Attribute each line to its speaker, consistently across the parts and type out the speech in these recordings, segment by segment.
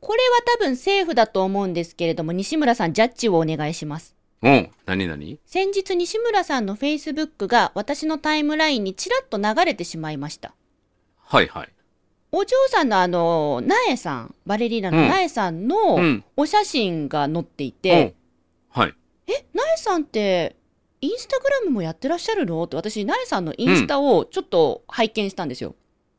Speaker 1: これは多分セーフだと思うんですけれども、西村さん、ジャッジをお願いします。
Speaker 2: うん。何何
Speaker 1: 先日、西村さんの Facebook が私のタイムラインにちらっと流れてしまいました。
Speaker 2: はいはい。
Speaker 1: お嬢さんのあの、なえさん、バレリーナのなえさん
Speaker 2: う
Speaker 1: の
Speaker 2: ん。
Speaker 1: お写真が載ってい
Speaker 2: うん
Speaker 1: て、。
Speaker 2: はい。
Speaker 1: なえさんって、インスタグラムもやってらっしゃるのって私、なえさんのインスタをちょっと拝見したんですよ。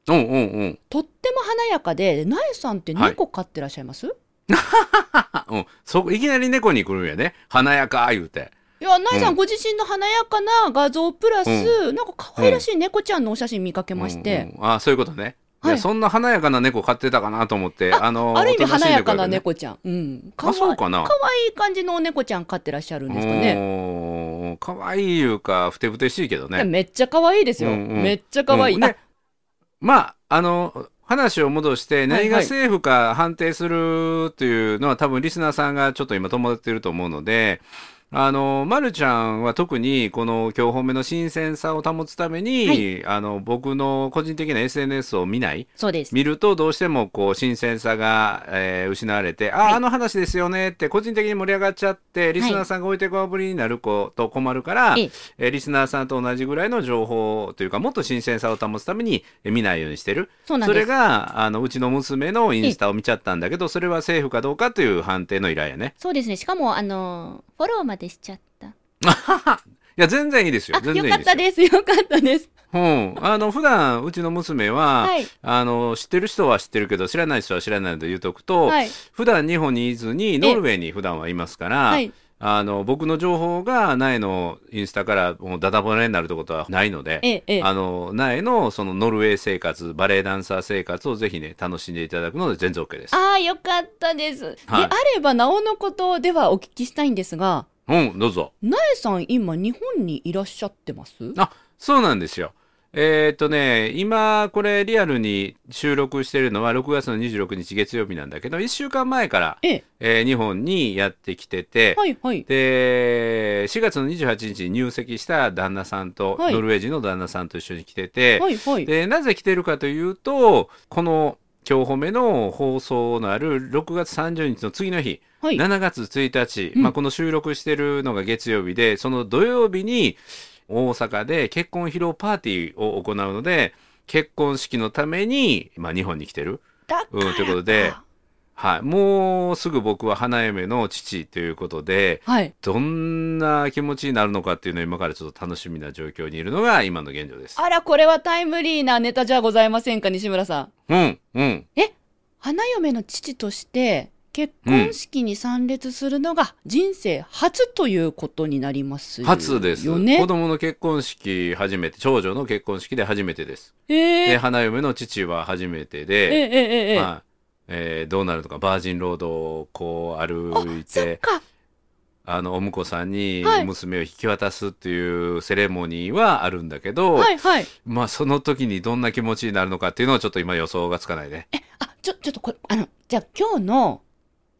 Speaker 2: うんうんうん。
Speaker 1: とっても華やかで、なえさんって猫飼ってらっしゃいます、い、
Speaker 2: あ、うん。そう、いきなり猫に来るんやね。華やか言うて。
Speaker 1: や、なえさん、
Speaker 2: うん
Speaker 1: ご自身の華やかな画像プラス、
Speaker 2: う
Speaker 1: なんか可愛らしい猫ちゃんのお写真見かけまして、
Speaker 2: うんうんあ、そういうことね。い
Speaker 1: は
Speaker 2: や、
Speaker 1: い
Speaker 2: そんな華やかな猫飼ってたかなと思って、
Speaker 1: あ
Speaker 2: あの、
Speaker 1: ある意味
Speaker 2: おとなしい
Speaker 1: 華やかな
Speaker 2: ね。
Speaker 1: 猫ちゃん。うん。かわい
Speaker 2: あ、そうかな。
Speaker 1: 可愛い感じのお猫ちゃん飼ってらっしゃるんですかね。
Speaker 2: ね。かわいいいうか、ふてぶてしいけど
Speaker 1: いや
Speaker 2: ね。
Speaker 1: めっちゃ可愛いですよ。
Speaker 2: うんうん
Speaker 1: めっちゃ可愛い。
Speaker 2: うんね、まあ、あの、話を戻して、
Speaker 1: はい
Speaker 2: 何がセーフか判定するっていうのは、多分リスナーさんがちょっと今戸惑ってると思うので、あの、まるちゃんは特に、この今日褒めの新鮮さを保つために、
Speaker 1: は
Speaker 2: あの、僕の個人的な SNS を見ない、
Speaker 1: あそうです。
Speaker 2: 見るとどうしてもこう新鮮さが、えー失われて、あ
Speaker 1: はい
Speaker 2: ああの話ですよねって個人的に盛り上がっちゃってリスナーさんが置いてこぶりになること困るから、
Speaker 1: ええ
Speaker 2: えーリスナーさんと同じぐらいの情報というかもっと新鮮さを保つためにえー見ないようにしてる
Speaker 1: そうなん
Speaker 2: そ
Speaker 1: で
Speaker 2: れ
Speaker 1: す。
Speaker 2: があのうちの娘のインスタを見ちゃったんだけどそれはセーフかどうかという判定の依頼やね
Speaker 1: そうですね。しかも、あのーフォローまでしちゃった。
Speaker 2: いや全然いいですよ
Speaker 1: あ、
Speaker 2: 全然
Speaker 1: よ
Speaker 2: いい
Speaker 1: かっ
Speaker 2: です
Speaker 1: たで
Speaker 2: よ
Speaker 1: す。よかったです。
Speaker 2: うん、あの普段うちの娘は、
Speaker 1: はい。
Speaker 2: あの知ってる人は知ってるけど知らない人は知らないので言うとくと、
Speaker 1: はい。
Speaker 2: 普段日本にいずにノルウェーに普段はいますから、
Speaker 1: はい。
Speaker 2: あの僕の情報が苗のインスタからもうダダ漏れになるってことはないので、
Speaker 1: ええ、ええ。
Speaker 2: あの苗のそのノルウェー生活バレエダンサー生活をぜひね楽しんでいただくので全然 OK です。
Speaker 1: ああ、よかったです。
Speaker 2: はい
Speaker 1: であれば、なおのことではお聞きしたいんですが、
Speaker 2: うんどうぞ。
Speaker 1: なえさん、今、日本にいらっしゃってます
Speaker 2: あそうなんですよ。えーっとね、今、これ、リアルに収録してるのは、6月の26日月曜日なんだけど、1週間前から、
Speaker 1: ええ、
Speaker 2: えー日本にやってきてて、
Speaker 1: はい、はい。
Speaker 2: で4月の28日に入籍した旦那さんと、
Speaker 1: はい
Speaker 2: ノルウェー人の旦那さんと一緒に来てて、
Speaker 1: はい、はい。
Speaker 2: でなぜ来てるかというとこの今日褒めの放送のある6月30日の次の日、
Speaker 1: はい。
Speaker 2: 7月1日、
Speaker 1: うん
Speaker 2: まあ、この収録してるのが月曜日でその土曜日に大阪で結婚披露パーティーを行うので結婚式のために、まあ、日本に来てる。
Speaker 1: だから
Speaker 2: う
Speaker 1: か
Speaker 2: んということではい、もうすぐ僕は花嫁の父ということで、
Speaker 1: はい。
Speaker 2: どんな気持ちになるのかっていうのを今からちょっと楽しみな状況にいるのが今の現状です。
Speaker 1: あら、これはタイムリーなネタじゃございませんか、西村さん。
Speaker 2: うん、うん。
Speaker 1: 花嫁の父として、結婚式に参列するのが人生初ということになりますよね。
Speaker 2: 初です。
Speaker 1: よ
Speaker 2: 子
Speaker 1: ね。
Speaker 2: 供の結婚式初めて、長女の結婚式で初めてです。
Speaker 1: え
Speaker 2: で、
Speaker 1: え
Speaker 2: 花嫁の父は初めて
Speaker 1: えええ
Speaker 2: で、
Speaker 1: えええ
Speaker 2: まあ、えーどうなるのか、バージンロードをこう歩い、
Speaker 1: そってか。
Speaker 2: あの、お婿さんに
Speaker 1: はい
Speaker 2: 娘を引き渡すっていうセレモニーはあるんだけど、
Speaker 1: はい、はい。
Speaker 2: まあ、その時にどんな気持ちになるのかっていうのはちょっと今予想がつかないね。
Speaker 1: あ、ちょ、ちょっとこれ、あの、じゃあ今日の、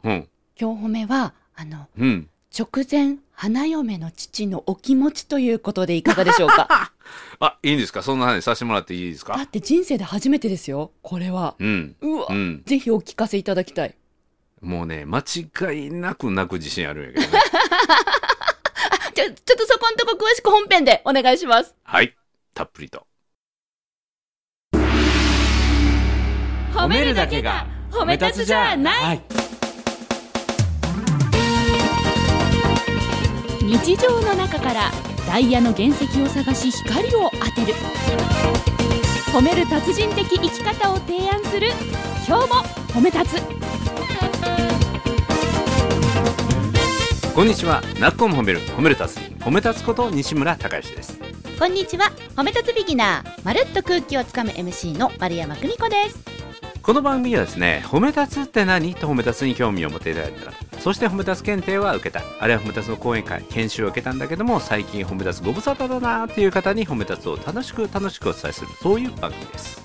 Speaker 2: うん、
Speaker 1: 今日褒めは、あの、
Speaker 2: うん。
Speaker 1: 直前、花嫁の父のお気持ちということでいかがでしょう か。
Speaker 2: あ、いいんですかそんな話させてもらっていいです
Speaker 1: だ
Speaker 2: か
Speaker 1: って人生で初めてですよ、これは。
Speaker 2: うん。
Speaker 1: うわ、
Speaker 2: うん。
Speaker 1: ぜひお聞かせいただきたい。
Speaker 2: もうね、間違いなく泣く自信あるんやけどね。
Speaker 1: あちょ、ちょっとそこんとこ詳しく本編でお願いします。
Speaker 2: はい。たっぷりと。
Speaker 1: 褒
Speaker 2: はい。
Speaker 1: 日常の中からダイヤの原石を探し光を当てる褒める達人的生き方を提案する今日も褒め立つ
Speaker 2: こんにちは。なっこも褒める、褒めるたつ、褒めたつこと西村孝之です。
Speaker 1: こんにちは褒め立つビギナーまるっと空気をつかむ MC の丸山久美子です
Speaker 2: この番組はですね、褒めたつって何と褒めたつに興味を持っていただいたら、そして褒めたつ検定は受けた、あるいは褒めたつの講演会、研修を受けたんだけども、最近褒めたつご無沙汰だなーっていう方に褒めたつを楽しく楽しくお伝えする、そういう番組です。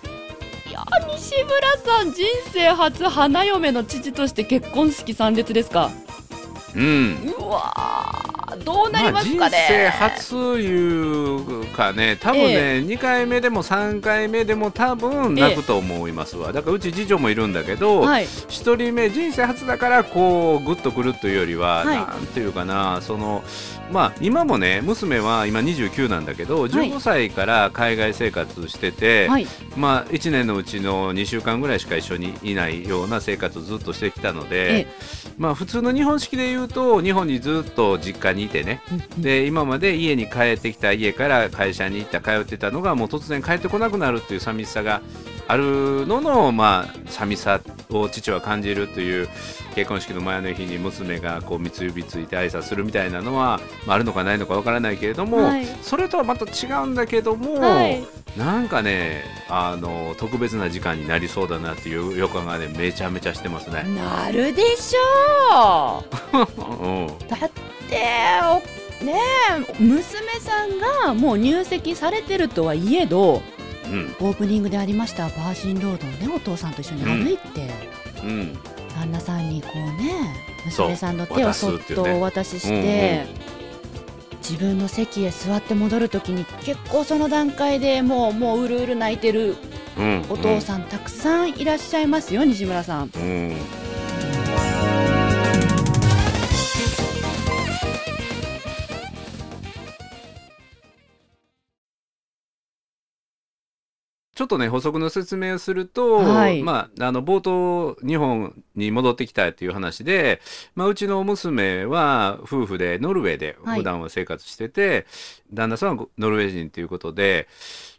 Speaker 1: いや西村さん人生初花嫁の父として結婚式参列ですか
Speaker 2: うん。
Speaker 1: うわはどうなりますかね、
Speaker 2: まあ、人生初いうかね多分ね、2回目でも3回目でも多分泣くと思いますわ、だからうち次女もいるんだけど、
Speaker 1: はい
Speaker 2: 一人目人生初だからこうグッとくるというよりは、
Speaker 1: はい
Speaker 2: なんていうかなそのまあ今もね娘は今29なんだけど15歳から海外生活してて、
Speaker 1: はい
Speaker 2: まあ1年のうちの2週間ぐらいしか一緒にいないような生活をずっとしてきたの
Speaker 1: え
Speaker 2: で、まあ普通の日本式で言うと日本にずっと実家にいてねで今まで家に帰ってきた家から会社に行った通ってたのがもう突然帰ってこなくなるっていう寂しさがあるのの、まあ、寂しさを父は感じるという結婚式の前の日に娘がこう三つ指ついて挨拶するみたいなのは、まあ、あるのかないのかわからないけれども、
Speaker 1: はい
Speaker 2: それとはまた違うんだけども、
Speaker 1: はい
Speaker 2: なんかねあの特別な時間になりそうだなっていう予感がねめちゃめちゃしてますね。
Speaker 1: なるでしょ
Speaker 2: うん
Speaker 1: うだっておねえ娘さんがもう入籍されてるとはいえど
Speaker 2: うん
Speaker 1: オープニングでありましたバージンロードをねお父さんと一緒に歩いて、
Speaker 2: うん
Speaker 1: 旦那さんにこうね
Speaker 2: そう
Speaker 1: 娘さんの手をそっ
Speaker 2: 渡すっていう
Speaker 1: と
Speaker 2: ね
Speaker 1: お渡しして、自分の席へ座って戻るときに結構その段階でもうもううるうる泣いてる
Speaker 2: うん、
Speaker 1: お父さん、たくさんいらっしゃいますよ西村さん。
Speaker 2: うんちょっとね補足の説明をすると、
Speaker 1: はい
Speaker 2: まあ、あの冒頭日本に戻ってきたっていう話で、まあ、うちの娘は夫婦でノルウェーで
Speaker 1: はい
Speaker 2: 普段は生活してて、旦那さんはノルウェー人ということで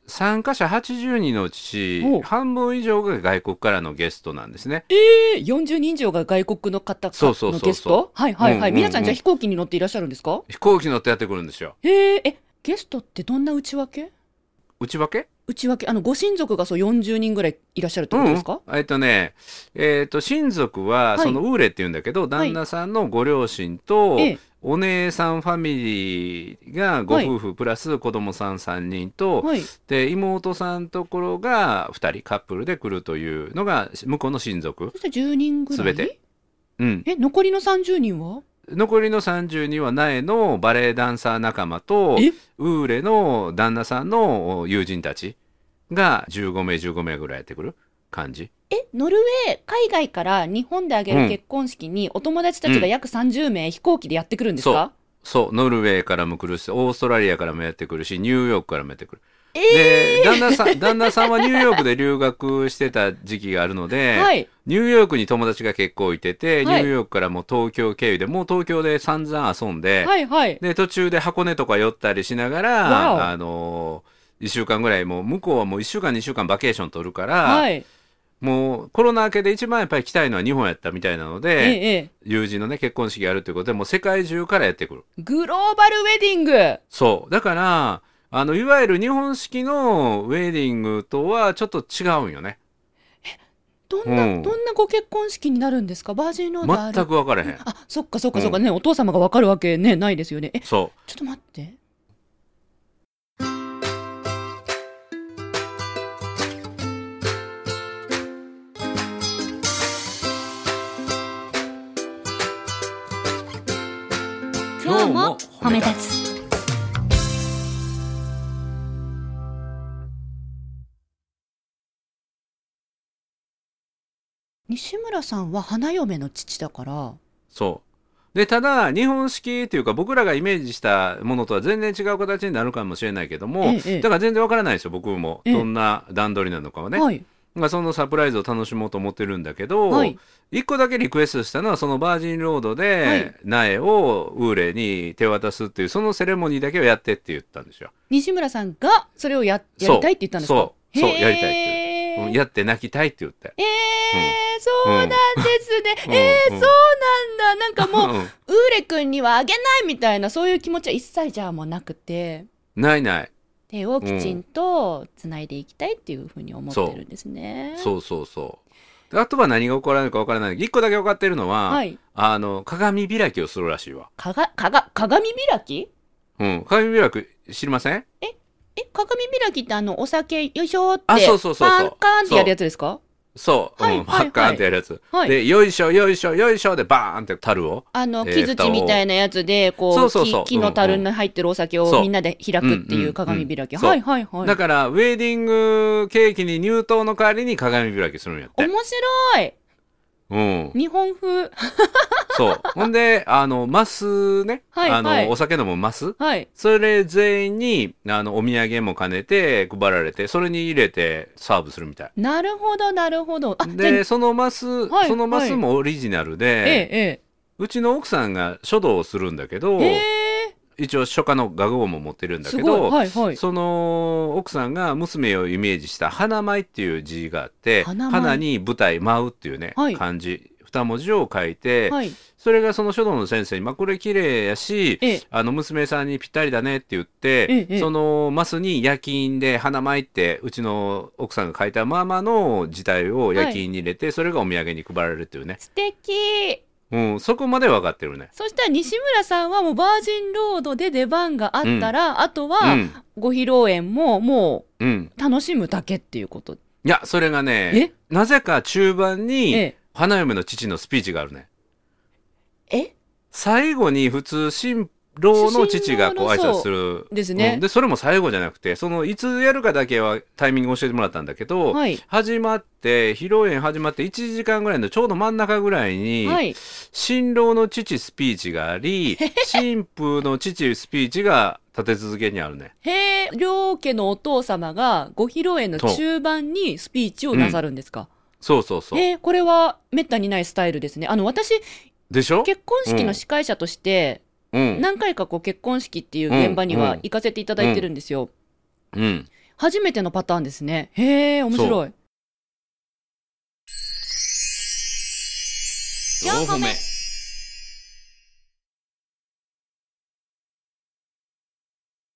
Speaker 2: 参加者80人のうち
Speaker 1: お
Speaker 2: 半分以上が外国からのゲストなんですね。
Speaker 1: え40人以上が外国の方か
Speaker 2: そうそうそうそう
Speaker 1: のゲストはいはいはい、
Speaker 2: うんうんうん
Speaker 1: 皆さんじゃあ飛行機に乗っていらっしゃるんですか
Speaker 2: 飛行機乗ってやってくるんですよ。
Speaker 1: へええゲストってどんな内訳
Speaker 2: 内訳
Speaker 1: 内訳あのご親族がそう40人ぐらいいらっしゃるってことですか、
Speaker 2: うん、えっとね、えっと、親族は、
Speaker 1: はい
Speaker 2: そのウーレって言うんだけど、旦那さんのご両親と、
Speaker 1: ええ
Speaker 2: お姉さんファミリーがご夫婦プラス子供さん3人と、
Speaker 1: はい
Speaker 2: で、妹さんところが2人カップルで来るというのが、向こうの親族。
Speaker 1: そして10人ぐらい
Speaker 2: 全てうん。
Speaker 1: え残りの30人は
Speaker 2: 残りの32は苗のバレエダンサー仲間と
Speaker 1: え、
Speaker 2: ウーレの旦那さんの友人たちが15名、15名ぐらいやってくる感じ。
Speaker 1: えノルウェー海外から日本であげ
Speaker 2: う
Speaker 1: る
Speaker 2: ん
Speaker 1: 結婚式にお友達たちが約30名飛行機でやってくるんですか、
Speaker 2: そう、ノルウェーからも来るし、オーストラリアからもやってくるし、ニューヨークからもやってくる。で、旦那さん、旦那さんはニューヨークで留学してた時期があるので、
Speaker 1: はい
Speaker 2: ニューヨークに友達が結構いてて、
Speaker 1: はい
Speaker 2: ニューヨークからもう東京経由で、もう東京で散々遊んで、
Speaker 1: はいはい
Speaker 2: で、途中で箱根とか寄ったりしなが
Speaker 1: わお
Speaker 2: ら、あのー、1週間ぐらい、もう向こうはもう1週間、2週間バケーション取るから、
Speaker 1: はい
Speaker 2: もうコロナ明けで一番やっぱり来たいのは日本やったみたいなの
Speaker 1: え
Speaker 2: で、
Speaker 1: ええ
Speaker 2: 友人のね、結婚式やるということで、もう世界中からやってくる。
Speaker 1: えグローバルウェディング
Speaker 2: そう。だから、あの、いわゆる日本式のウェディングとはちょっと違うんよね。
Speaker 1: どんな、
Speaker 2: うん
Speaker 1: どんなご結婚式になるんですかバージンロードある
Speaker 2: 全く分からへん。
Speaker 1: あそっかそっかそっかね、お父様がわかるわけねないですよねえ
Speaker 2: そ
Speaker 1: ちょっと待って
Speaker 3: 今日も褒め立つ
Speaker 1: 西村さんは花嫁の父だから
Speaker 2: う。そう。で、ただ、日本式というか、僕らがイメージしたものとは全然違う形になるかもしれないけども、
Speaker 1: ええ
Speaker 2: だから全然わからないですよ、僕も。
Speaker 1: ええ
Speaker 2: どんな段取りなのかはね。
Speaker 1: はい
Speaker 2: まあそのサプライズを楽しもうと思ってるんだけど、
Speaker 1: はい
Speaker 2: 一個だけリクエストしたのは、そのバージンロードで、苗をウーレに手渡すっていう、そのセレモニーだけをやってって言ったんですよ。
Speaker 1: 西村さんがそれをややりたいって言ったんですか
Speaker 2: そうそう
Speaker 1: へー
Speaker 2: やりたいってうんやって泣きたいって言って。
Speaker 1: えー、そうなんですね、
Speaker 2: うん
Speaker 1: えー、
Speaker 2: うん
Speaker 1: そうなんだなんかもう、
Speaker 2: うん
Speaker 1: ウーレ君にはあげないみたいなそういう気持ちは一切じゃあもうなくて
Speaker 2: ないない。
Speaker 1: 手をきちんとつないでいきたいっていうふうに思ってるんですね、
Speaker 2: そうそうそう。あとは何が起こられるかわからない。一個だけ分かってるのは、
Speaker 1: はい
Speaker 2: あの、鏡開きをするらしいわ。
Speaker 1: かがかが鏡開き
Speaker 2: うん。鏡開き知りません
Speaker 1: え鏡開きってあのお酒よいしょーって
Speaker 2: あそうそうそうそう
Speaker 1: パンカーンってやるやつですか
Speaker 2: そう、
Speaker 1: はい
Speaker 2: うん、
Speaker 1: はい
Speaker 2: ハッカーンってやるやつ、
Speaker 1: はい
Speaker 2: でよいしょよいしょよいしょでバーンって樽を
Speaker 1: あの、
Speaker 2: え
Speaker 1: 木
Speaker 2: ー
Speaker 1: 槌みたいなやつで、こう、
Speaker 2: そうそうそう
Speaker 1: 木木の樽に入ってるお酒
Speaker 2: うんうん
Speaker 1: をみんなで開くって
Speaker 2: そううんうん
Speaker 1: いううん鏡開き。
Speaker 2: そう
Speaker 1: はいはいはい。
Speaker 2: だからウェディングケーキに入刀の代わりに鏡開きするんやって、
Speaker 1: 面白い
Speaker 2: うん、
Speaker 1: 日本風。
Speaker 2: そうほんであのマスね、
Speaker 1: はい
Speaker 2: あ
Speaker 1: はい
Speaker 2: のお酒飲むマス
Speaker 1: はい。
Speaker 2: それ全員にあのお土産も兼ねて配られてそれに入れてサーブするみたい
Speaker 1: なるほど、なるほど。あ、じゃあ
Speaker 2: でそのマス、
Speaker 1: はい
Speaker 2: そのマスもオリジナルで、
Speaker 1: ええ、
Speaker 2: うちの奥さんが書道をするんだけど、
Speaker 1: ええ。え
Speaker 2: 一応書家の画号も持ってるん
Speaker 1: え、
Speaker 2: だ
Speaker 1: す
Speaker 2: け
Speaker 1: ごい。
Speaker 2: ど、
Speaker 1: はいはい。
Speaker 2: その奥さんが娘をイメージした「花舞」っていう字があって
Speaker 1: 花
Speaker 2: 花
Speaker 1: 舞
Speaker 2: に舞台「舞う」っていうね、
Speaker 1: はい
Speaker 2: 漢字二文字を書いて、
Speaker 1: はい。
Speaker 2: それがその書道の先生に「まあ、これ綺麗やし
Speaker 1: ええ、
Speaker 2: あの娘さんにぴったりだね」って言っ
Speaker 1: え
Speaker 2: て、
Speaker 1: え
Speaker 2: そのマスに夜勤で「花舞」ってうちの奥さんが書いたままの字体を夜勤に入れて、それがお土産に配られるっていうね、
Speaker 1: 素敵。
Speaker 2: うん、そこまで分かってるね。
Speaker 1: そしたら西村さんはもうバージンロードで出番があったら、あとは
Speaker 2: うん
Speaker 1: ご披露宴もも
Speaker 2: うん、
Speaker 1: う楽しむだけっていうこと。
Speaker 2: いやそれがねなぜか中盤に、
Speaker 1: え
Speaker 2: 花嫁の父のスピーチがあるね
Speaker 1: え。え
Speaker 2: 最後に普通新郎の父がこう挨
Speaker 1: 新郎の
Speaker 2: 拶する
Speaker 1: うですね
Speaker 2: うんでそれも最後じゃなくてそのいつやるかだけはタイミング教えてもらったんだけど、
Speaker 1: はい。
Speaker 2: 始まって披露宴始まって1時間ぐらいのちょうど真ん中ぐらいに、
Speaker 1: はい。
Speaker 2: 新郎の父スピーチがあ り新婦の父スピーチが立て続けにあるね
Speaker 1: へえ、両家のお父様がご披露宴の中盤にスピーチをなさるんですか、
Speaker 2: そうそうそう
Speaker 1: へえ、これはめったにないスタイルですね。あの、私、
Speaker 2: でしょ
Speaker 1: 結婚式の司会者として、
Speaker 2: うん
Speaker 1: 何回かこう結婚式っていう現場には
Speaker 2: うん
Speaker 1: 行かせていただいてるんですよ。
Speaker 2: うん
Speaker 1: 初めてのパターンですね。へえ、面白い。
Speaker 3: 四歩目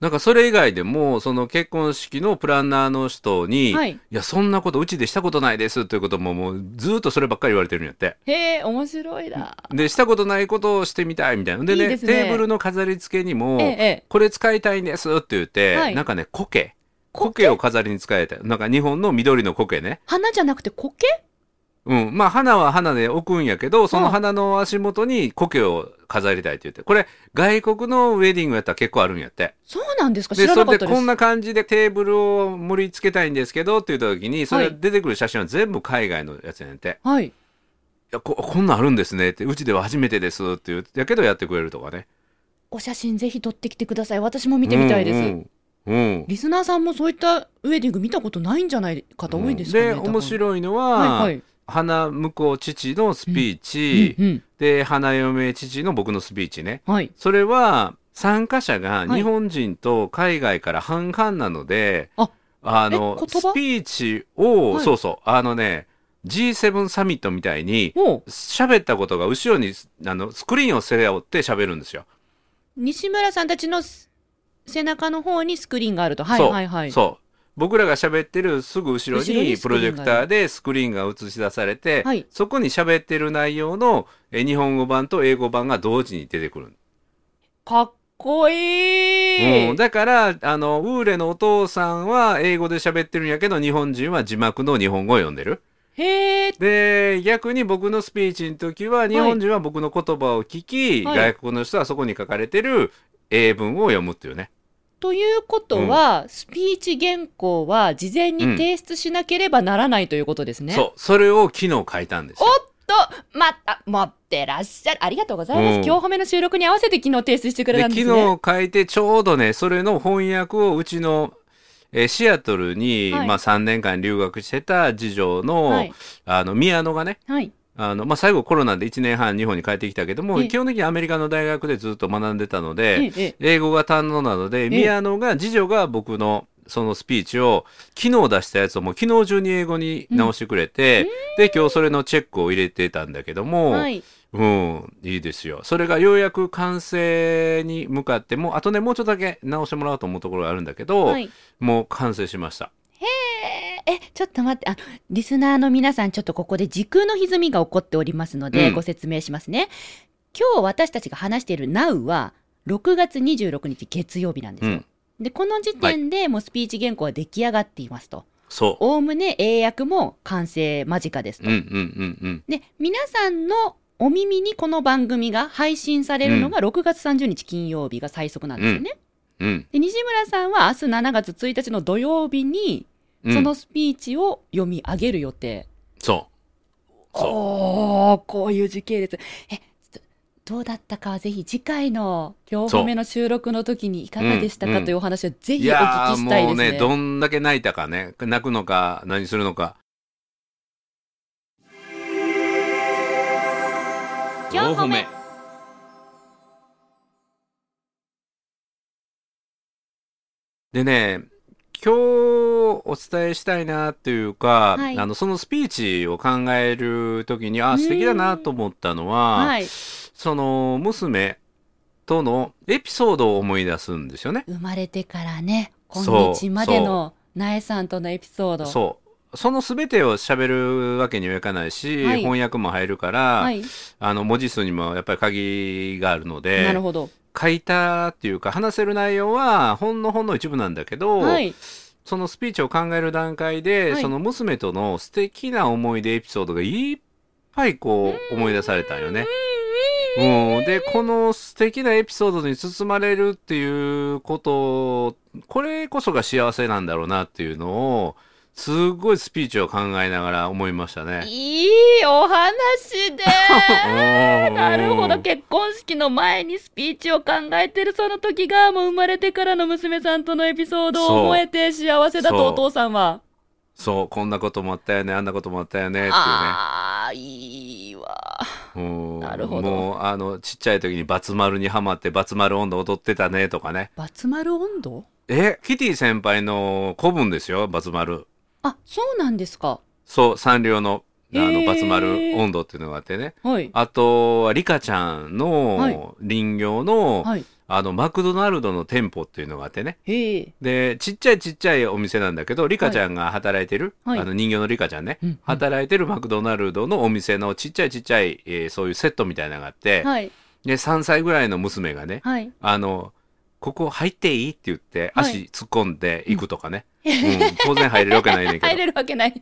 Speaker 2: なんかそれ以外でもその結婚式のプランナーの人に、、
Speaker 1: はいい。
Speaker 2: やそんなことうちでしたことないですということももうずーっとそればっかり言われてるんやって
Speaker 1: へえ、面白いな。
Speaker 2: でしたことないことをしてみたいみたいなで
Speaker 1: いい
Speaker 2: ね
Speaker 1: ですね
Speaker 2: テーブルの飾り付けにも、
Speaker 1: ええ、ええ。
Speaker 2: これ使いたいんですって言って、
Speaker 1: はい
Speaker 2: なんかね苔
Speaker 1: 苔
Speaker 2: 苔を飾りに使えたなんか日本の緑の苔ね
Speaker 1: 花じゃなくて苔
Speaker 2: うんまあ花は花で置くんやけどそ
Speaker 1: うん
Speaker 2: の花の足元に苔を飾りたいって言ってこれ外国のウェディングやったら結構あるんやって
Speaker 1: そうなんですか知
Speaker 2: で
Speaker 1: ら
Speaker 2: そ
Speaker 1: なか
Speaker 2: れ
Speaker 1: った
Speaker 2: で
Speaker 1: です。
Speaker 2: こんな感じでテーブルを盛り付けたいんですけどって言った時にそれ
Speaker 1: はい
Speaker 2: 出てくる写真は全部海外のやつやねんて、い、
Speaker 1: はい。
Speaker 2: やここんなんあるんですねってうちでは初めてですって言うやけどやってくれるとかね
Speaker 1: お写真ぜひ撮ってきてください。私も見てみたいです。
Speaker 2: うんうんうん
Speaker 1: リスナーさんもそういったウェディング見たことないんじゃない方多いですかね。
Speaker 2: で面
Speaker 1: い。
Speaker 2: 白いのは、
Speaker 1: はいはい。
Speaker 2: 花婿父のスピーチ、
Speaker 1: うんうん
Speaker 2: で花嫁父の僕のスピーチね
Speaker 1: はい。
Speaker 2: それは参加者が
Speaker 1: はい
Speaker 2: 日本人と海外から半々なので、
Speaker 1: あ
Speaker 2: あの
Speaker 1: え
Speaker 2: ス
Speaker 1: 言葉
Speaker 2: ピーチを、
Speaker 1: はい
Speaker 2: そうそうあのね G7 サミットみたいに
Speaker 1: もう
Speaker 2: 喋ったことが後ろにあのスクリーンを背負って喋るんですよ。
Speaker 1: 西村さんたちのす背中の方にスクリーンがあると。はい
Speaker 2: そう
Speaker 1: はいはい。
Speaker 2: そう僕らが喋ってるすぐ後ろ
Speaker 1: 後ろに
Speaker 2: に
Speaker 1: ス
Speaker 2: プ
Speaker 1: クリー
Speaker 2: ロ
Speaker 1: ン
Speaker 2: ジェクターでスクリーンが映し出されて、
Speaker 1: はい
Speaker 2: そこに喋ってる内容のえ日本語版と英語版が同時に出てくる。
Speaker 1: かっこいい。
Speaker 2: うん、だからあのウーレのお父さんは英語で喋ってるんやけど日本人は字幕の日本語を読んでる。
Speaker 1: へえ。
Speaker 2: で逆に僕のスピーチの時は日本人は僕の言葉を聞き、
Speaker 1: はい
Speaker 2: 外国の人はそこに書かれてる英文を読むっていうね。
Speaker 1: ということは、スピーチ原稿は事前に提出しなければならないということですね。
Speaker 2: そうそれを昨日書いたんですよ。
Speaker 1: おっと、また、持ってらっしゃる。ありがとうございます。
Speaker 2: うん
Speaker 1: 今日褒めの収録に合わせて昨日提出してくれ
Speaker 2: で
Speaker 1: たん
Speaker 2: 昨
Speaker 1: ですね。
Speaker 2: 日書いてちょうどねそれの翻訳をうちの、えーシアトルに、
Speaker 1: はい
Speaker 2: まあ、3年間留学してた次女の,、
Speaker 1: はい
Speaker 2: あの宮野がね
Speaker 1: はい。
Speaker 2: あの、まあ、最後コロナで1年半日本に帰ってきたけども
Speaker 1: ええ
Speaker 2: 基本的にアメリカの大学でずっと学んでたの
Speaker 1: え
Speaker 2: で
Speaker 1: ええ
Speaker 2: 英語が堪能なので宮野が次女が僕のそのスピーチを昨日出したやつをもう昨日中に英語に直してくれて、で今日それのチェックを入れてたんだけど
Speaker 1: え
Speaker 2: も、
Speaker 1: はい。
Speaker 2: うん、いいですよ。それがようやく完成に向かって、もう、あとね、もうちょっとだけ直してもらおうと思うところがあるんだけど、
Speaker 1: はい。
Speaker 2: もう完成しました。
Speaker 1: えーえ、ちょっと待って、あ、リスナーの皆さん、ちょっとここで時空の歪みが起こっておりますので、
Speaker 2: うん
Speaker 1: ご説明しますね。今日私たちが話している Now は、6月26日月曜日なんです
Speaker 2: う
Speaker 1: よ。
Speaker 2: ん。
Speaker 1: で、この時点でもうスピーチ原稿は出来上がっていますと。
Speaker 2: そ
Speaker 1: おおむね英訳も完成間近です
Speaker 2: う。う
Speaker 1: と。
Speaker 2: んうんうんうん。
Speaker 1: で、皆さんのお耳にこの番組が配信されるのが6月30日金曜日が最速なんですよね。
Speaker 2: うん。
Speaker 1: で、西村さんは明日7月1日の土曜日に、
Speaker 2: うん
Speaker 1: そのスピーチを読み上げる予定。
Speaker 2: そそ
Speaker 1: おー、こういう時系列。え、ちょっとどうだったかはぜひ次回の両方目の収録の時にいかがでした
Speaker 2: そう
Speaker 1: か
Speaker 2: うん
Speaker 1: というお話をぜ
Speaker 2: う。
Speaker 1: ひお聞きしたい
Speaker 2: も
Speaker 1: です
Speaker 2: う
Speaker 1: ね。
Speaker 2: ね、どんだけ泣いたかね、泣くのか、何するのか。
Speaker 3: 今日褒め。
Speaker 2: でね、今日お伝えしたいなというか、
Speaker 1: はい
Speaker 2: あのそのスピーチを考えるときに、あ、素敵だなと思ったのは、
Speaker 1: はい。
Speaker 2: その娘とのエピソードを思い出すんですよね。
Speaker 1: 生まれてからね、
Speaker 2: そう
Speaker 1: 今日までのなえさんとのエピソード。
Speaker 2: そう。その全てを喋るわけにはいかないし、
Speaker 1: はい
Speaker 2: 翻訳も入るから、
Speaker 1: はい。
Speaker 2: あの文字数にもやっぱり鍵があるの
Speaker 1: なる
Speaker 2: で、
Speaker 1: ほど。
Speaker 2: 書いたっていうか話せる内容はほんのほんの一部なんだけど、
Speaker 1: はい。
Speaker 2: そのスピーチを考える段階で、
Speaker 1: はい
Speaker 2: その娘との素敵な思い出エピソードがいっぱいこう思い出されたんよね。うん、でこの素敵なエピソードに包まれるっていうことこれこそが幸せなんだろうなっていうのをすごいスピーチを考えながら思いましたね。
Speaker 1: いいお話で な
Speaker 2: な
Speaker 1: るほど結婚式の前にスピーチを考えてるその時がもう生まれてからの娘さんとのエピソードを思えて幸せだ
Speaker 2: そう
Speaker 1: とお父さんは、
Speaker 2: そうこんなこともあったよねあんなこともあったよねっていうね。
Speaker 1: ああいいわ
Speaker 2: うん
Speaker 1: なるほど
Speaker 2: もうあのちっちゃい時に「バツ丸」にハマって「バツ丸温度」踊ってたねとかね
Speaker 1: バツ丸温度
Speaker 2: えキティ先輩の古文ですよ「バツ丸
Speaker 1: あそうなんですか」
Speaker 2: そうサンリオの「あ
Speaker 1: へ
Speaker 2: の
Speaker 1: ー
Speaker 2: バツ丸温度」っていうのがあってね
Speaker 1: はい
Speaker 2: あとはリカちゃん
Speaker 1: はい
Speaker 2: の林業の,、
Speaker 1: はい
Speaker 2: あのマクドナルドの店舗っていうのがあってね
Speaker 1: へえ
Speaker 2: でちっちゃいちっちゃいお店なんだけどリカちゃんが働いてる、
Speaker 1: はい
Speaker 2: あの人形のリカちゃんね、
Speaker 1: うんうん
Speaker 2: 働いてるマクドナルドのお店のちっちゃいちっちゃい、えーそういうセットみたいなのがあって、
Speaker 1: はい
Speaker 2: で3歳ぐらいの娘がね
Speaker 1: はい
Speaker 2: あの、ここ入っていいって言って、
Speaker 1: はい
Speaker 2: 足突っ込んでいくとかね。うん、当然入れるわけないねんけ
Speaker 1: 入
Speaker 2: ど。
Speaker 1: れるわけない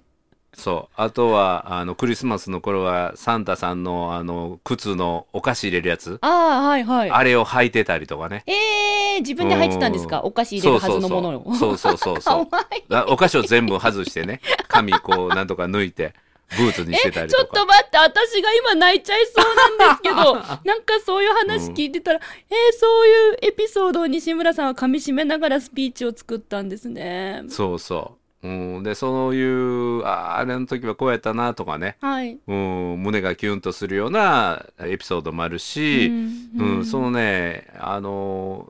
Speaker 2: そう。あとは、あの、クリスマスの頃は、サンタさんの、あの、靴のお菓子入れるやつ、
Speaker 1: ああはいはい
Speaker 2: あれを履いてたりとかね。
Speaker 1: えー、自分で入ってたんですか
Speaker 2: うん
Speaker 1: お菓子入れるはずのものを
Speaker 2: そうそうそうそう
Speaker 1: か
Speaker 2: そ
Speaker 1: わ
Speaker 2: うあお菓子を全部外して ね、髪こう、なんとか抜いて、ブーツにしてたり
Speaker 1: ちょ
Speaker 2: と
Speaker 1: っ
Speaker 2: か。
Speaker 1: と待って、私が今泣いちゃいそうなんです けど、なんかそういう話聞いてたら、えーそういうエピソードを西村さんは噛み締めながらスピーチを作ったんですね。
Speaker 2: そうそう。うん、で、そういう、あーあれの時はこうやったなとかね。
Speaker 1: はい。
Speaker 2: うん、胸がキュンとするようなエピソードもあるし、
Speaker 1: ん
Speaker 2: うんそのねあの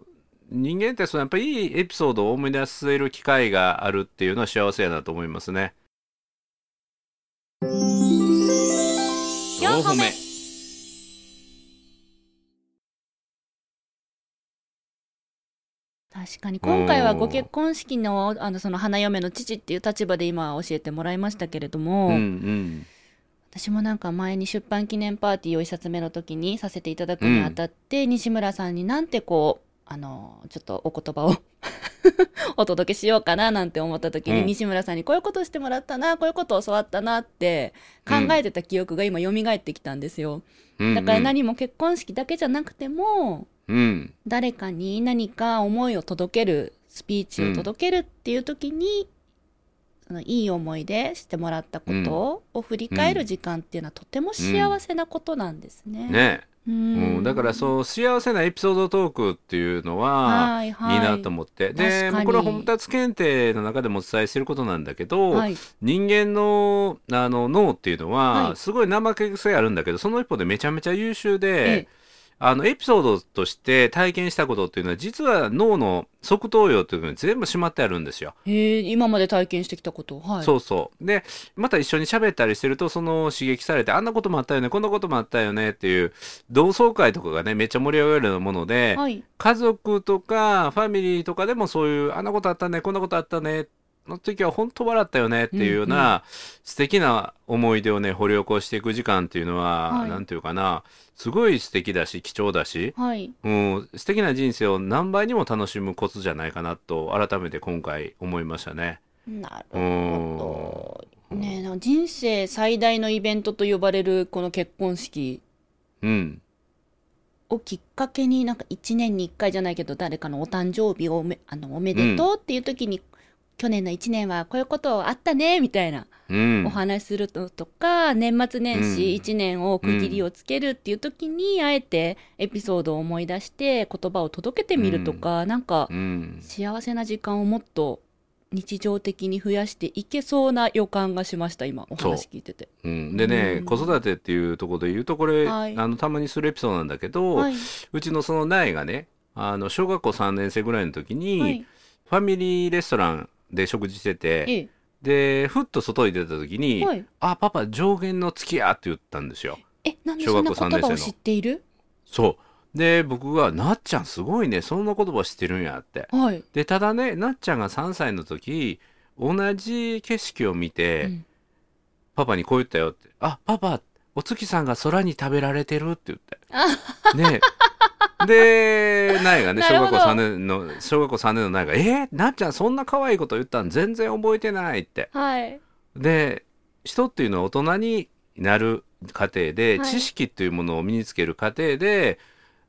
Speaker 2: 人間ってそのやっぱりいいエピソードを思い出せる機会があるっていうのは幸せやなと思いますね。
Speaker 3: 四歩目
Speaker 1: 確かに今回はご結婚式のあのその花嫁の父っていう立場で今教えてもらいましたけれども、
Speaker 2: うんうん
Speaker 1: 私もなんか前に出版記念パーティーを一冊目の時にさせていただくにあたって、西村さんになんてこう、あの、ちょっとお言葉を お届けしようかななんて思った時に、
Speaker 2: うん
Speaker 1: 西村さんにこういうことしてもらったな、こういうことを教わったなって考えてた記憶が今蘇ってきたんですよ。
Speaker 2: うんうん
Speaker 1: だから何も結婚式だけじゃなくても、
Speaker 2: うん
Speaker 1: 誰かに何か思いを届ける、スピーチを届けるっていう時に、そのいい思い出してもらったことを振り返る時間っていうのはとても幸せなことなんですね。
Speaker 2: ね、
Speaker 1: うん
Speaker 2: うん、だからそう幸せなエピソードトークっていうのは、
Speaker 1: はい
Speaker 2: い
Speaker 1: はい
Speaker 2: なと思って、
Speaker 1: 確か
Speaker 2: で
Speaker 1: に
Speaker 2: もうこれは本達検定の中でもお伝えしてることなんだけど、
Speaker 1: はい、
Speaker 2: 人間のあの脳っていうのは、
Speaker 1: はい
Speaker 2: すごい怠け癖あるんだけどその一方でめちゃめちゃ優
Speaker 1: え
Speaker 2: 秀
Speaker 1: え
Speaker 2: であのエピソードとして体験したことっていうのは実は脳の側頭葉っていうのに全部しまってあるんですよ。
Speaker 1: へえ今まで体験してきたこと、はい、
Speaker 2: そうそうでまた一緒に喋ったりしてるとその刺激されてあんなこともあったよねこんなこともあったよねっていう同窓会とかがねめっちゃ盛り上がるようなもので、
Speaker 1: はい、
Speaker 2: 家族とかファミリーとかでもそういうあんなことあったねこんなことあったねの時は本当笑ったよねっていうよう
Speaker 1: うん
Speaker 2: な素敵な思い出をね掘り起こしていく時間っていうの
Speaker 1: は
Speaker 2: はいなんていうかなすごい素敵だし貴重だし
Speaker 1: はい、
Speaker 2: うん素敵な人生を何倍にも楽しむコツじゃないかなと改めて今回思いましたね。
Speaker 1: なるほど。ねえ、なんか人生最大のイベントと呼ばれるこの結婚式
Speaker 2: うん。
Speaker 1: をきっかけに、なんか1年に1回じゃないけど、誰かのお誕生日をおめ、あの、おめでとうっていう時に、去年の1年はこういうことあったね、みたいな
Speaker 2: うん。
Speaker 1: お話しするのとか、年末年
Speaker 2: うん
Speaker 1: 始1年を区切りをつけるっていう時に、あえてエピソードを思い出して言葉を届けてみるとか、なんか、
Speaker 2: うん。
Speaker 1: 幸せな時間をもっと日常的に増やしていけそうな予感がしました今お話聞いてて。
Speaker 2: うん、でね、
Speaker 1: うん
Speaker 2: 子育てっていうところで言うとこれ、
Speaker 1: はい
Speaker 2: あのたまにするエピソードなんだけど、
Speaker 1: はいう
Speaker 2: ちのその苗がねあの小学校3年生ぐらいの時に、
Speaker 1: はい
Speaker 2: ファミリーレストランで食事してて
Speaker 1: え
Speaker 2: でふっと外に出た時に「
Speaker 1: はい
Speaker 2: あパパ上限の月や」って言ったんですよ。
Speaker 1: えなんで
Speaker 2: 小
Speaker 1: そんな
Speaker 2: 学校
Speaker 1: 言
Speaker 2: 三年生
Speaker 1: 葉を
Speaker 2: の
Speaker 1: 知っている
Speaker 2: そうで僕が「なっちゃんすごいねそんな言葉知ってるんや」って。
Speaker 1: はい。
Speaker 2: でただねなっちゃんが3歳の時同じ景色を見て、
Speaker 1: うん
Speaker 2: パパにこう言ったよって「あパパお月さんが空に食べられてる」って言って。
Speaker 1: あ
Speaker 2: ねで、苗がね、
Speaker 1: な
Speaker 2: 小
Speaker 1: るほ
Speaker 2: 学
Speaker 1: ど
Speaker 2: 校3年の、小学校3年の苗が、えー、なっちゃんそんな可愛いこと言ったん全然覚えてないって。
Speaker 1: はい。
Speaker 2: で、人っていうのは大人になる過程で、
Speaker 1: はい
Speaker 2: 知識っていうものを身につける過程で、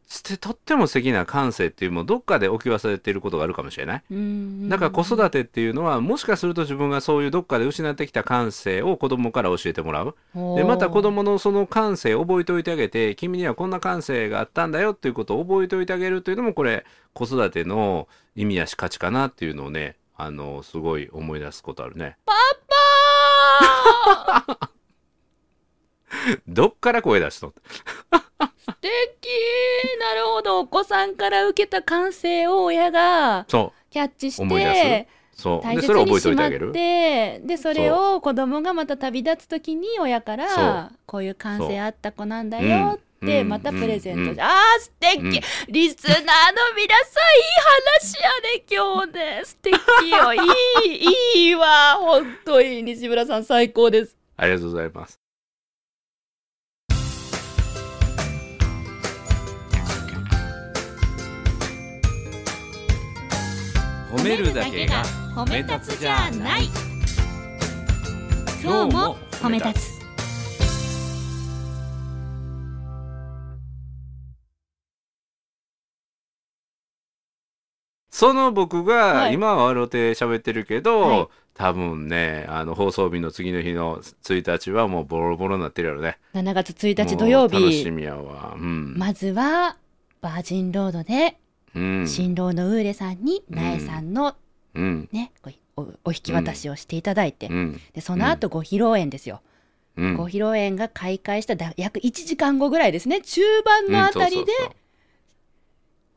Speaker 2: 捨てとっても素敵な感性っていうものをどっかで置き忘れていることがあるかもしれない。
Speaker 1: うん
Speaker 2: だから子育てっていうのは、もしかすると自分がそういうどっかで失ってきた感性を子供から教えてもらう。
Speaker 1: て
Speaker 2: でまた子供のその感性を覚えておいてあげて君にはこんな感性があったんだよっていうことを覚えておいてあげるというのもこれ子育ての意味やし価値かなっていうのをねあのすごい思い出すことあるね。
Speaker 1: パー
Speaker 2: どっから声出しとった
Speaker 1: 素敵なるほどお子さんから受けた感性を親が
Speaker 2: そ
Speaker 1: キャッチして
Speaker 2: 思い出うそう
Speaker 1: 大
Speaker 2: で
Speaker 1: 切
Speaker 2: それを覚
Speaker 1: に
Speaker 2: えて
Speaker 1: し
Speaker 2: おいて
Speaker 1: ま
Speaker 2: あ
Speaker 1: っ
Speaker 2: げる。
Speaker 1: てでそれを子供がまた旅立つ時に親か
Speaker 2: そ
Speaker 1: らこういう感性あった子なんだ
Speaker 2: うん
Speaker 1: よって
Speaker 2: うん
Speaker 1: またプレゼント
Speaker 2: うん
Speaker 1: あー素敵、
Speaker 2: うん
Speaker 1: リスナーの皆さんいい話やね今日ね素敵よいいいいわ本当に西村さん最高です
Speaker 2: ありがとうございます。褒
Speaker 3: 褒
Speaker 2: め立つじゃない今日も褒め立
Speaker 3: つ
Speaker 2: その僕が、
Speaker 1: はい
Speaker 2: 今は笑って喋ってるけど、
Speaker 1: はい
Speaker 2: 多分ねあの放送日の次の日の1日はもうボロボロになってるやろね
Speaker 1: 7月1日土曜
Speaker 2: もう楽し
Speaker 1: 日
Speaker 2: みやわうん、
Speaker 1: まずはバージンロードで
Speaker 2: うん
Speaker 1: 新郎のウーレさんに苗さんの
Speaker 2: うん
Speaker 1: ねおお引き渡しをしていただいて、
Speaker 2: うん
Speaker 1: でその後ご披露宴ですよ、
Speaker 2: うん
Speaker 1: ご披露宴が開会しただ約1時間後ぐらいですね中盤のあたりで
Speaker 2: うんそうそうそう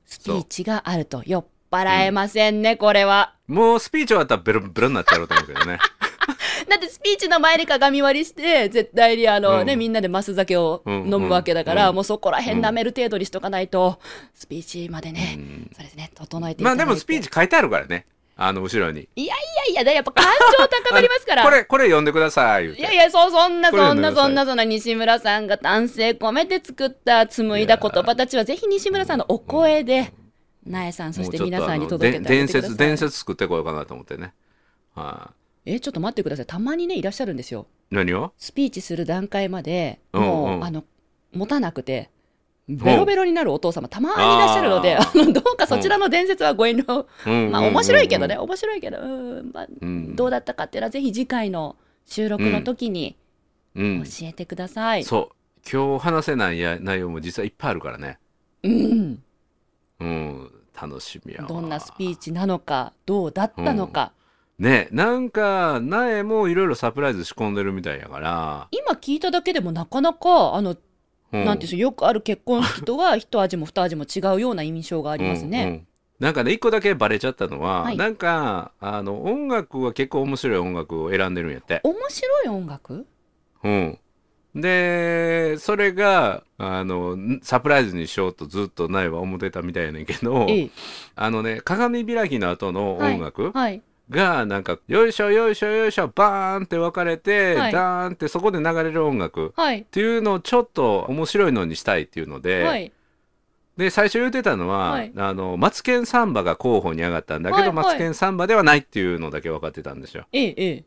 Speaker 1: スピーチがあると酔っ払えませんね、これは
Speaker 2: もうスピーチ終わったらベロンベロンになってやろうと思うけどね
Speaker 1: だってスピーチの前に鏡割りして絶対にあの、
Speaker 2: うん
Speaker 1: ねみんなでマス酒を
Speaker 2: うん
Speaker 1: 飲むわけだから、
Speaker 2: うん
Speaker 1: もうそこら辺舐める程度にしとかないとスピーチまで ね、
Speaker 2: うん
Speaker 1: そうですね整えてい
Speaker 2: ま
Speaker 1: ただいて
Speaker 2: あでもスピーチ書いてあるからねあの後ろに
Speaker 1: いやいやいややっぱ感情高まりますから
Speaker 2: これこれ読んでください言う
Speaker 1: い
Speaker 2: て
Speaker 1: やいや、そう、そんな、
Speaker 2: これ
Speaker 1: そん
Speaker 2: や
Speaker 1: な、
Speaker 2: めなさい
Speaker 1: そんな、そんな、西村さんが丹精込めて作った紡いだ言葉たちは、ぜひ西村さんのお声で、なえさん、そ
Speaker 2: も
Speaker 1: し
Speaker 2: う
Speaker 1: て
Speaker 2: ちょっと
Speaker 1: 皆さん
Speaker 2: あ
Speaker 1: に
Speaker 2: の
Speaker 1: 届け
Speaker 2: で
Speaker 1: てあげ
Speaker 2: 伝
Speaker 1: てくださ
Speaker 2: 説
Speaker 1: い。
Speaker 2: 伝説作ってこようかなと思ってねはい、
Speaker 1: え、ちょっと待ってください。たまにね、いらっしゃるんですよ。
Speaker 2: 何を
Speaker 1: スピーチする段階まで、
Speaker 2: うんうん
Speaker 1: もう、あの、持たなくて、ベロベロになるお父様、たまにいらっしゃるので、
Speaker 2: あ
Speaker 1: あの、どうかそちらの伝説はご遠慮。ま
Speaker 2: ま
Speaker 1: あ、面白いけどね、面白いけど、うん、まあ、
Speaker 2: うん
Speaker 1: どうだったかっていうのは、ぜひ次回の収録の時に
Speaker 2: うん
Speaker 1: 教えてください。
Speaker 2: そう今日話せないや内容も実はいっぱいあるからね
Speaker 1: うん。
Speaker 2: うん楽しみやわ
Speaker 1: どんなスピーチなのか、どうだったのか。
Speaker 2: ねなんか苗もいろいろサプライズ仕込んでるみたいやから、
Speaker 1: 今聞いただけでもなかなか、あの、
Speaker 2: う
Speaker 1: なんていうんでしょう、よくある結婚式とは 一味も二味も違うような印象があります
Speaker 2: うんう
Speaker 1: ね。
Speaker 2: んなんかね一個だけバレちゃったのは、
Speaker 1: はい
Speaker 2: なんかあの音楽は結構面白い音楽を選んでるんやって、
Speaker 1: 面白い音楽
Speaker 2: うん、でそれがあのサプライズにしようとずっと苗は思ってたみたいやねんけど
Speaker 1: ええ。
Speaker 2: あのね鏡開きの後の音楽、
Speaker 1: はい。
Speaker 2: がなんかよいしょよいしょよいしょバーンって分かれて、
Speaker 1: はい
Speaker 2: ダーンってそこで流れる音楽っ
Speaker 1: はい。
Speaker 2: ていうのをちょっと面白いのにしたいっていうので、
Speaker 1: はい。
Speaker 2: で最初言ってたのは、
Speaker 1: はい
Speaker 2: あのマツケンサンバが候補に上がったんだけど、
Speaker 1: はいはい
Speaker 2: マツケンサンバではないっていうのだけ分かってたんですよ。
Speaker 1: ええ、ええ。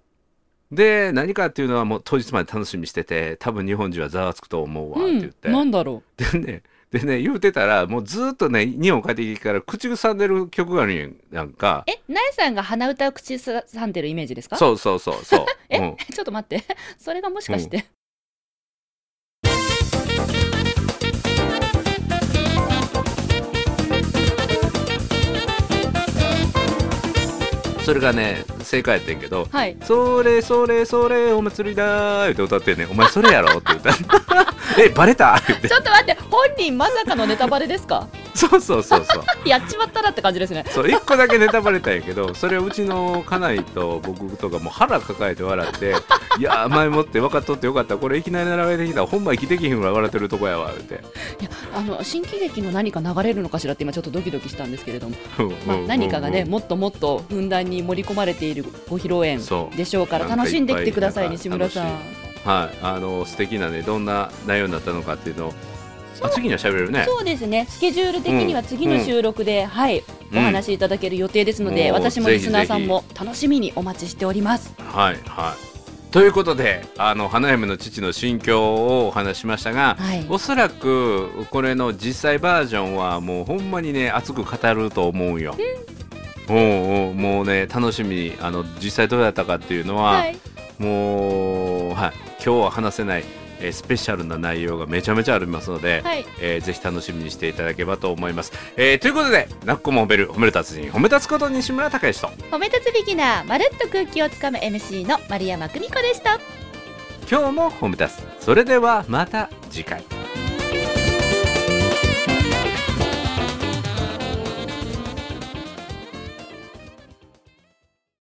Speaker 2: で何かっていうのはもう当日まで楽しみにしてて多分日本人はざわつくと思うわって言って、
Speaker 1: うん、なんだろ
Speaker 2: でねでね言うてたらもうずーっとね日本帰ってきてから口ぐさんでる曲があるんやんか
Speaker 1: う。え、なえさんが鼻歌を口ずさんでるイメージですか
Speaker 2: そうそうそうそう
Speaker 1: え、
Speaker 2: うん
Speaker 1: ちょっと待って。 それがもしかして。
Speaker 2: それがね正解やってんけど
Speaker 1: はい
Speaker 2: 「。それそれそれお祭りだー」って歌ってんねん「お前それやろ」って言った 「えバレた?」って言って
Speaker 1: ちょっと待って、本人まさかのネタバレですか
Speaker 2: そうそうそうそう
Speaker 1: やっちまったなって感じですね。
Speaker 2: そう1個だけネタバレたんやけどそれをうちの家内と僕とかもう腹抱えて笑って「いやー前もって分かっとってよかったこれいきなり並べてきたらほんま生きてきひんぐらい笑ってるとこやわ」って
Speaker 1: いや、あの、新喜劇の何か流れるのかしらって今ちょっとドキドキしたんですけれども、まあ、何かがね、もっともっとふんだんに盛り込まれているご披露
Speaker 2: そう
Speaker 1: 宴でしょうから、
Speaker 2: なんかいっ
Speaker 1: 楽
Speaker 2: ぱい
Speaker 1: しんできてください、
Speaker 2: なんか
Speaker 1: 西村さん
Speaker 2: 楽。はい、あの素敵なねどんな内容になったのかっていうのを
Speaker 1: そ
Speaker 2: あ
Speaker 1: う
Speaker 2: 次には喋れるね
Speaker 1: そうですね、スケジュール的には次の収録で、はい、
Speaker 2: うん
Speaker 1: お話しいただける予定ですので、
Speaker 2: もう
Speaker 1: 私も
Speaker 2: ぜ
Speaker 1: リ
Speaker 2: ひぜ
Speaker 1: ス
Speaker 2: ひ
Speaker 1: ナーさんも楽しみにお待ちしております。
Speaker 2: はいはいということであの花嫁の父の心境をお話ししましたが、
Speaker 1: はい
Speaker 2: おそらくこれの実際バージョンはもうほんまにね熱く語ると思うよ、おうおうもうね楽しみにあの実際どうだったかっていうのは、
Speaker 1: はい、
Speaker 2: もう、はい、今日は話せない、えースペシャルな内容がめちゃめちゃありますので、
Speaker 1: はい
Speaker 2: えーぜひ楽しみにしていただければと思います。えーということで、なっこも褒める、褒める達人、褒め立つこと西村孝之と、
Speaker 1: 褒め立つビギナー、まるっと空気をつかむ MC の丸山久美子でした。
Speaker 2: 今日も褒め立つ。それではまた次回。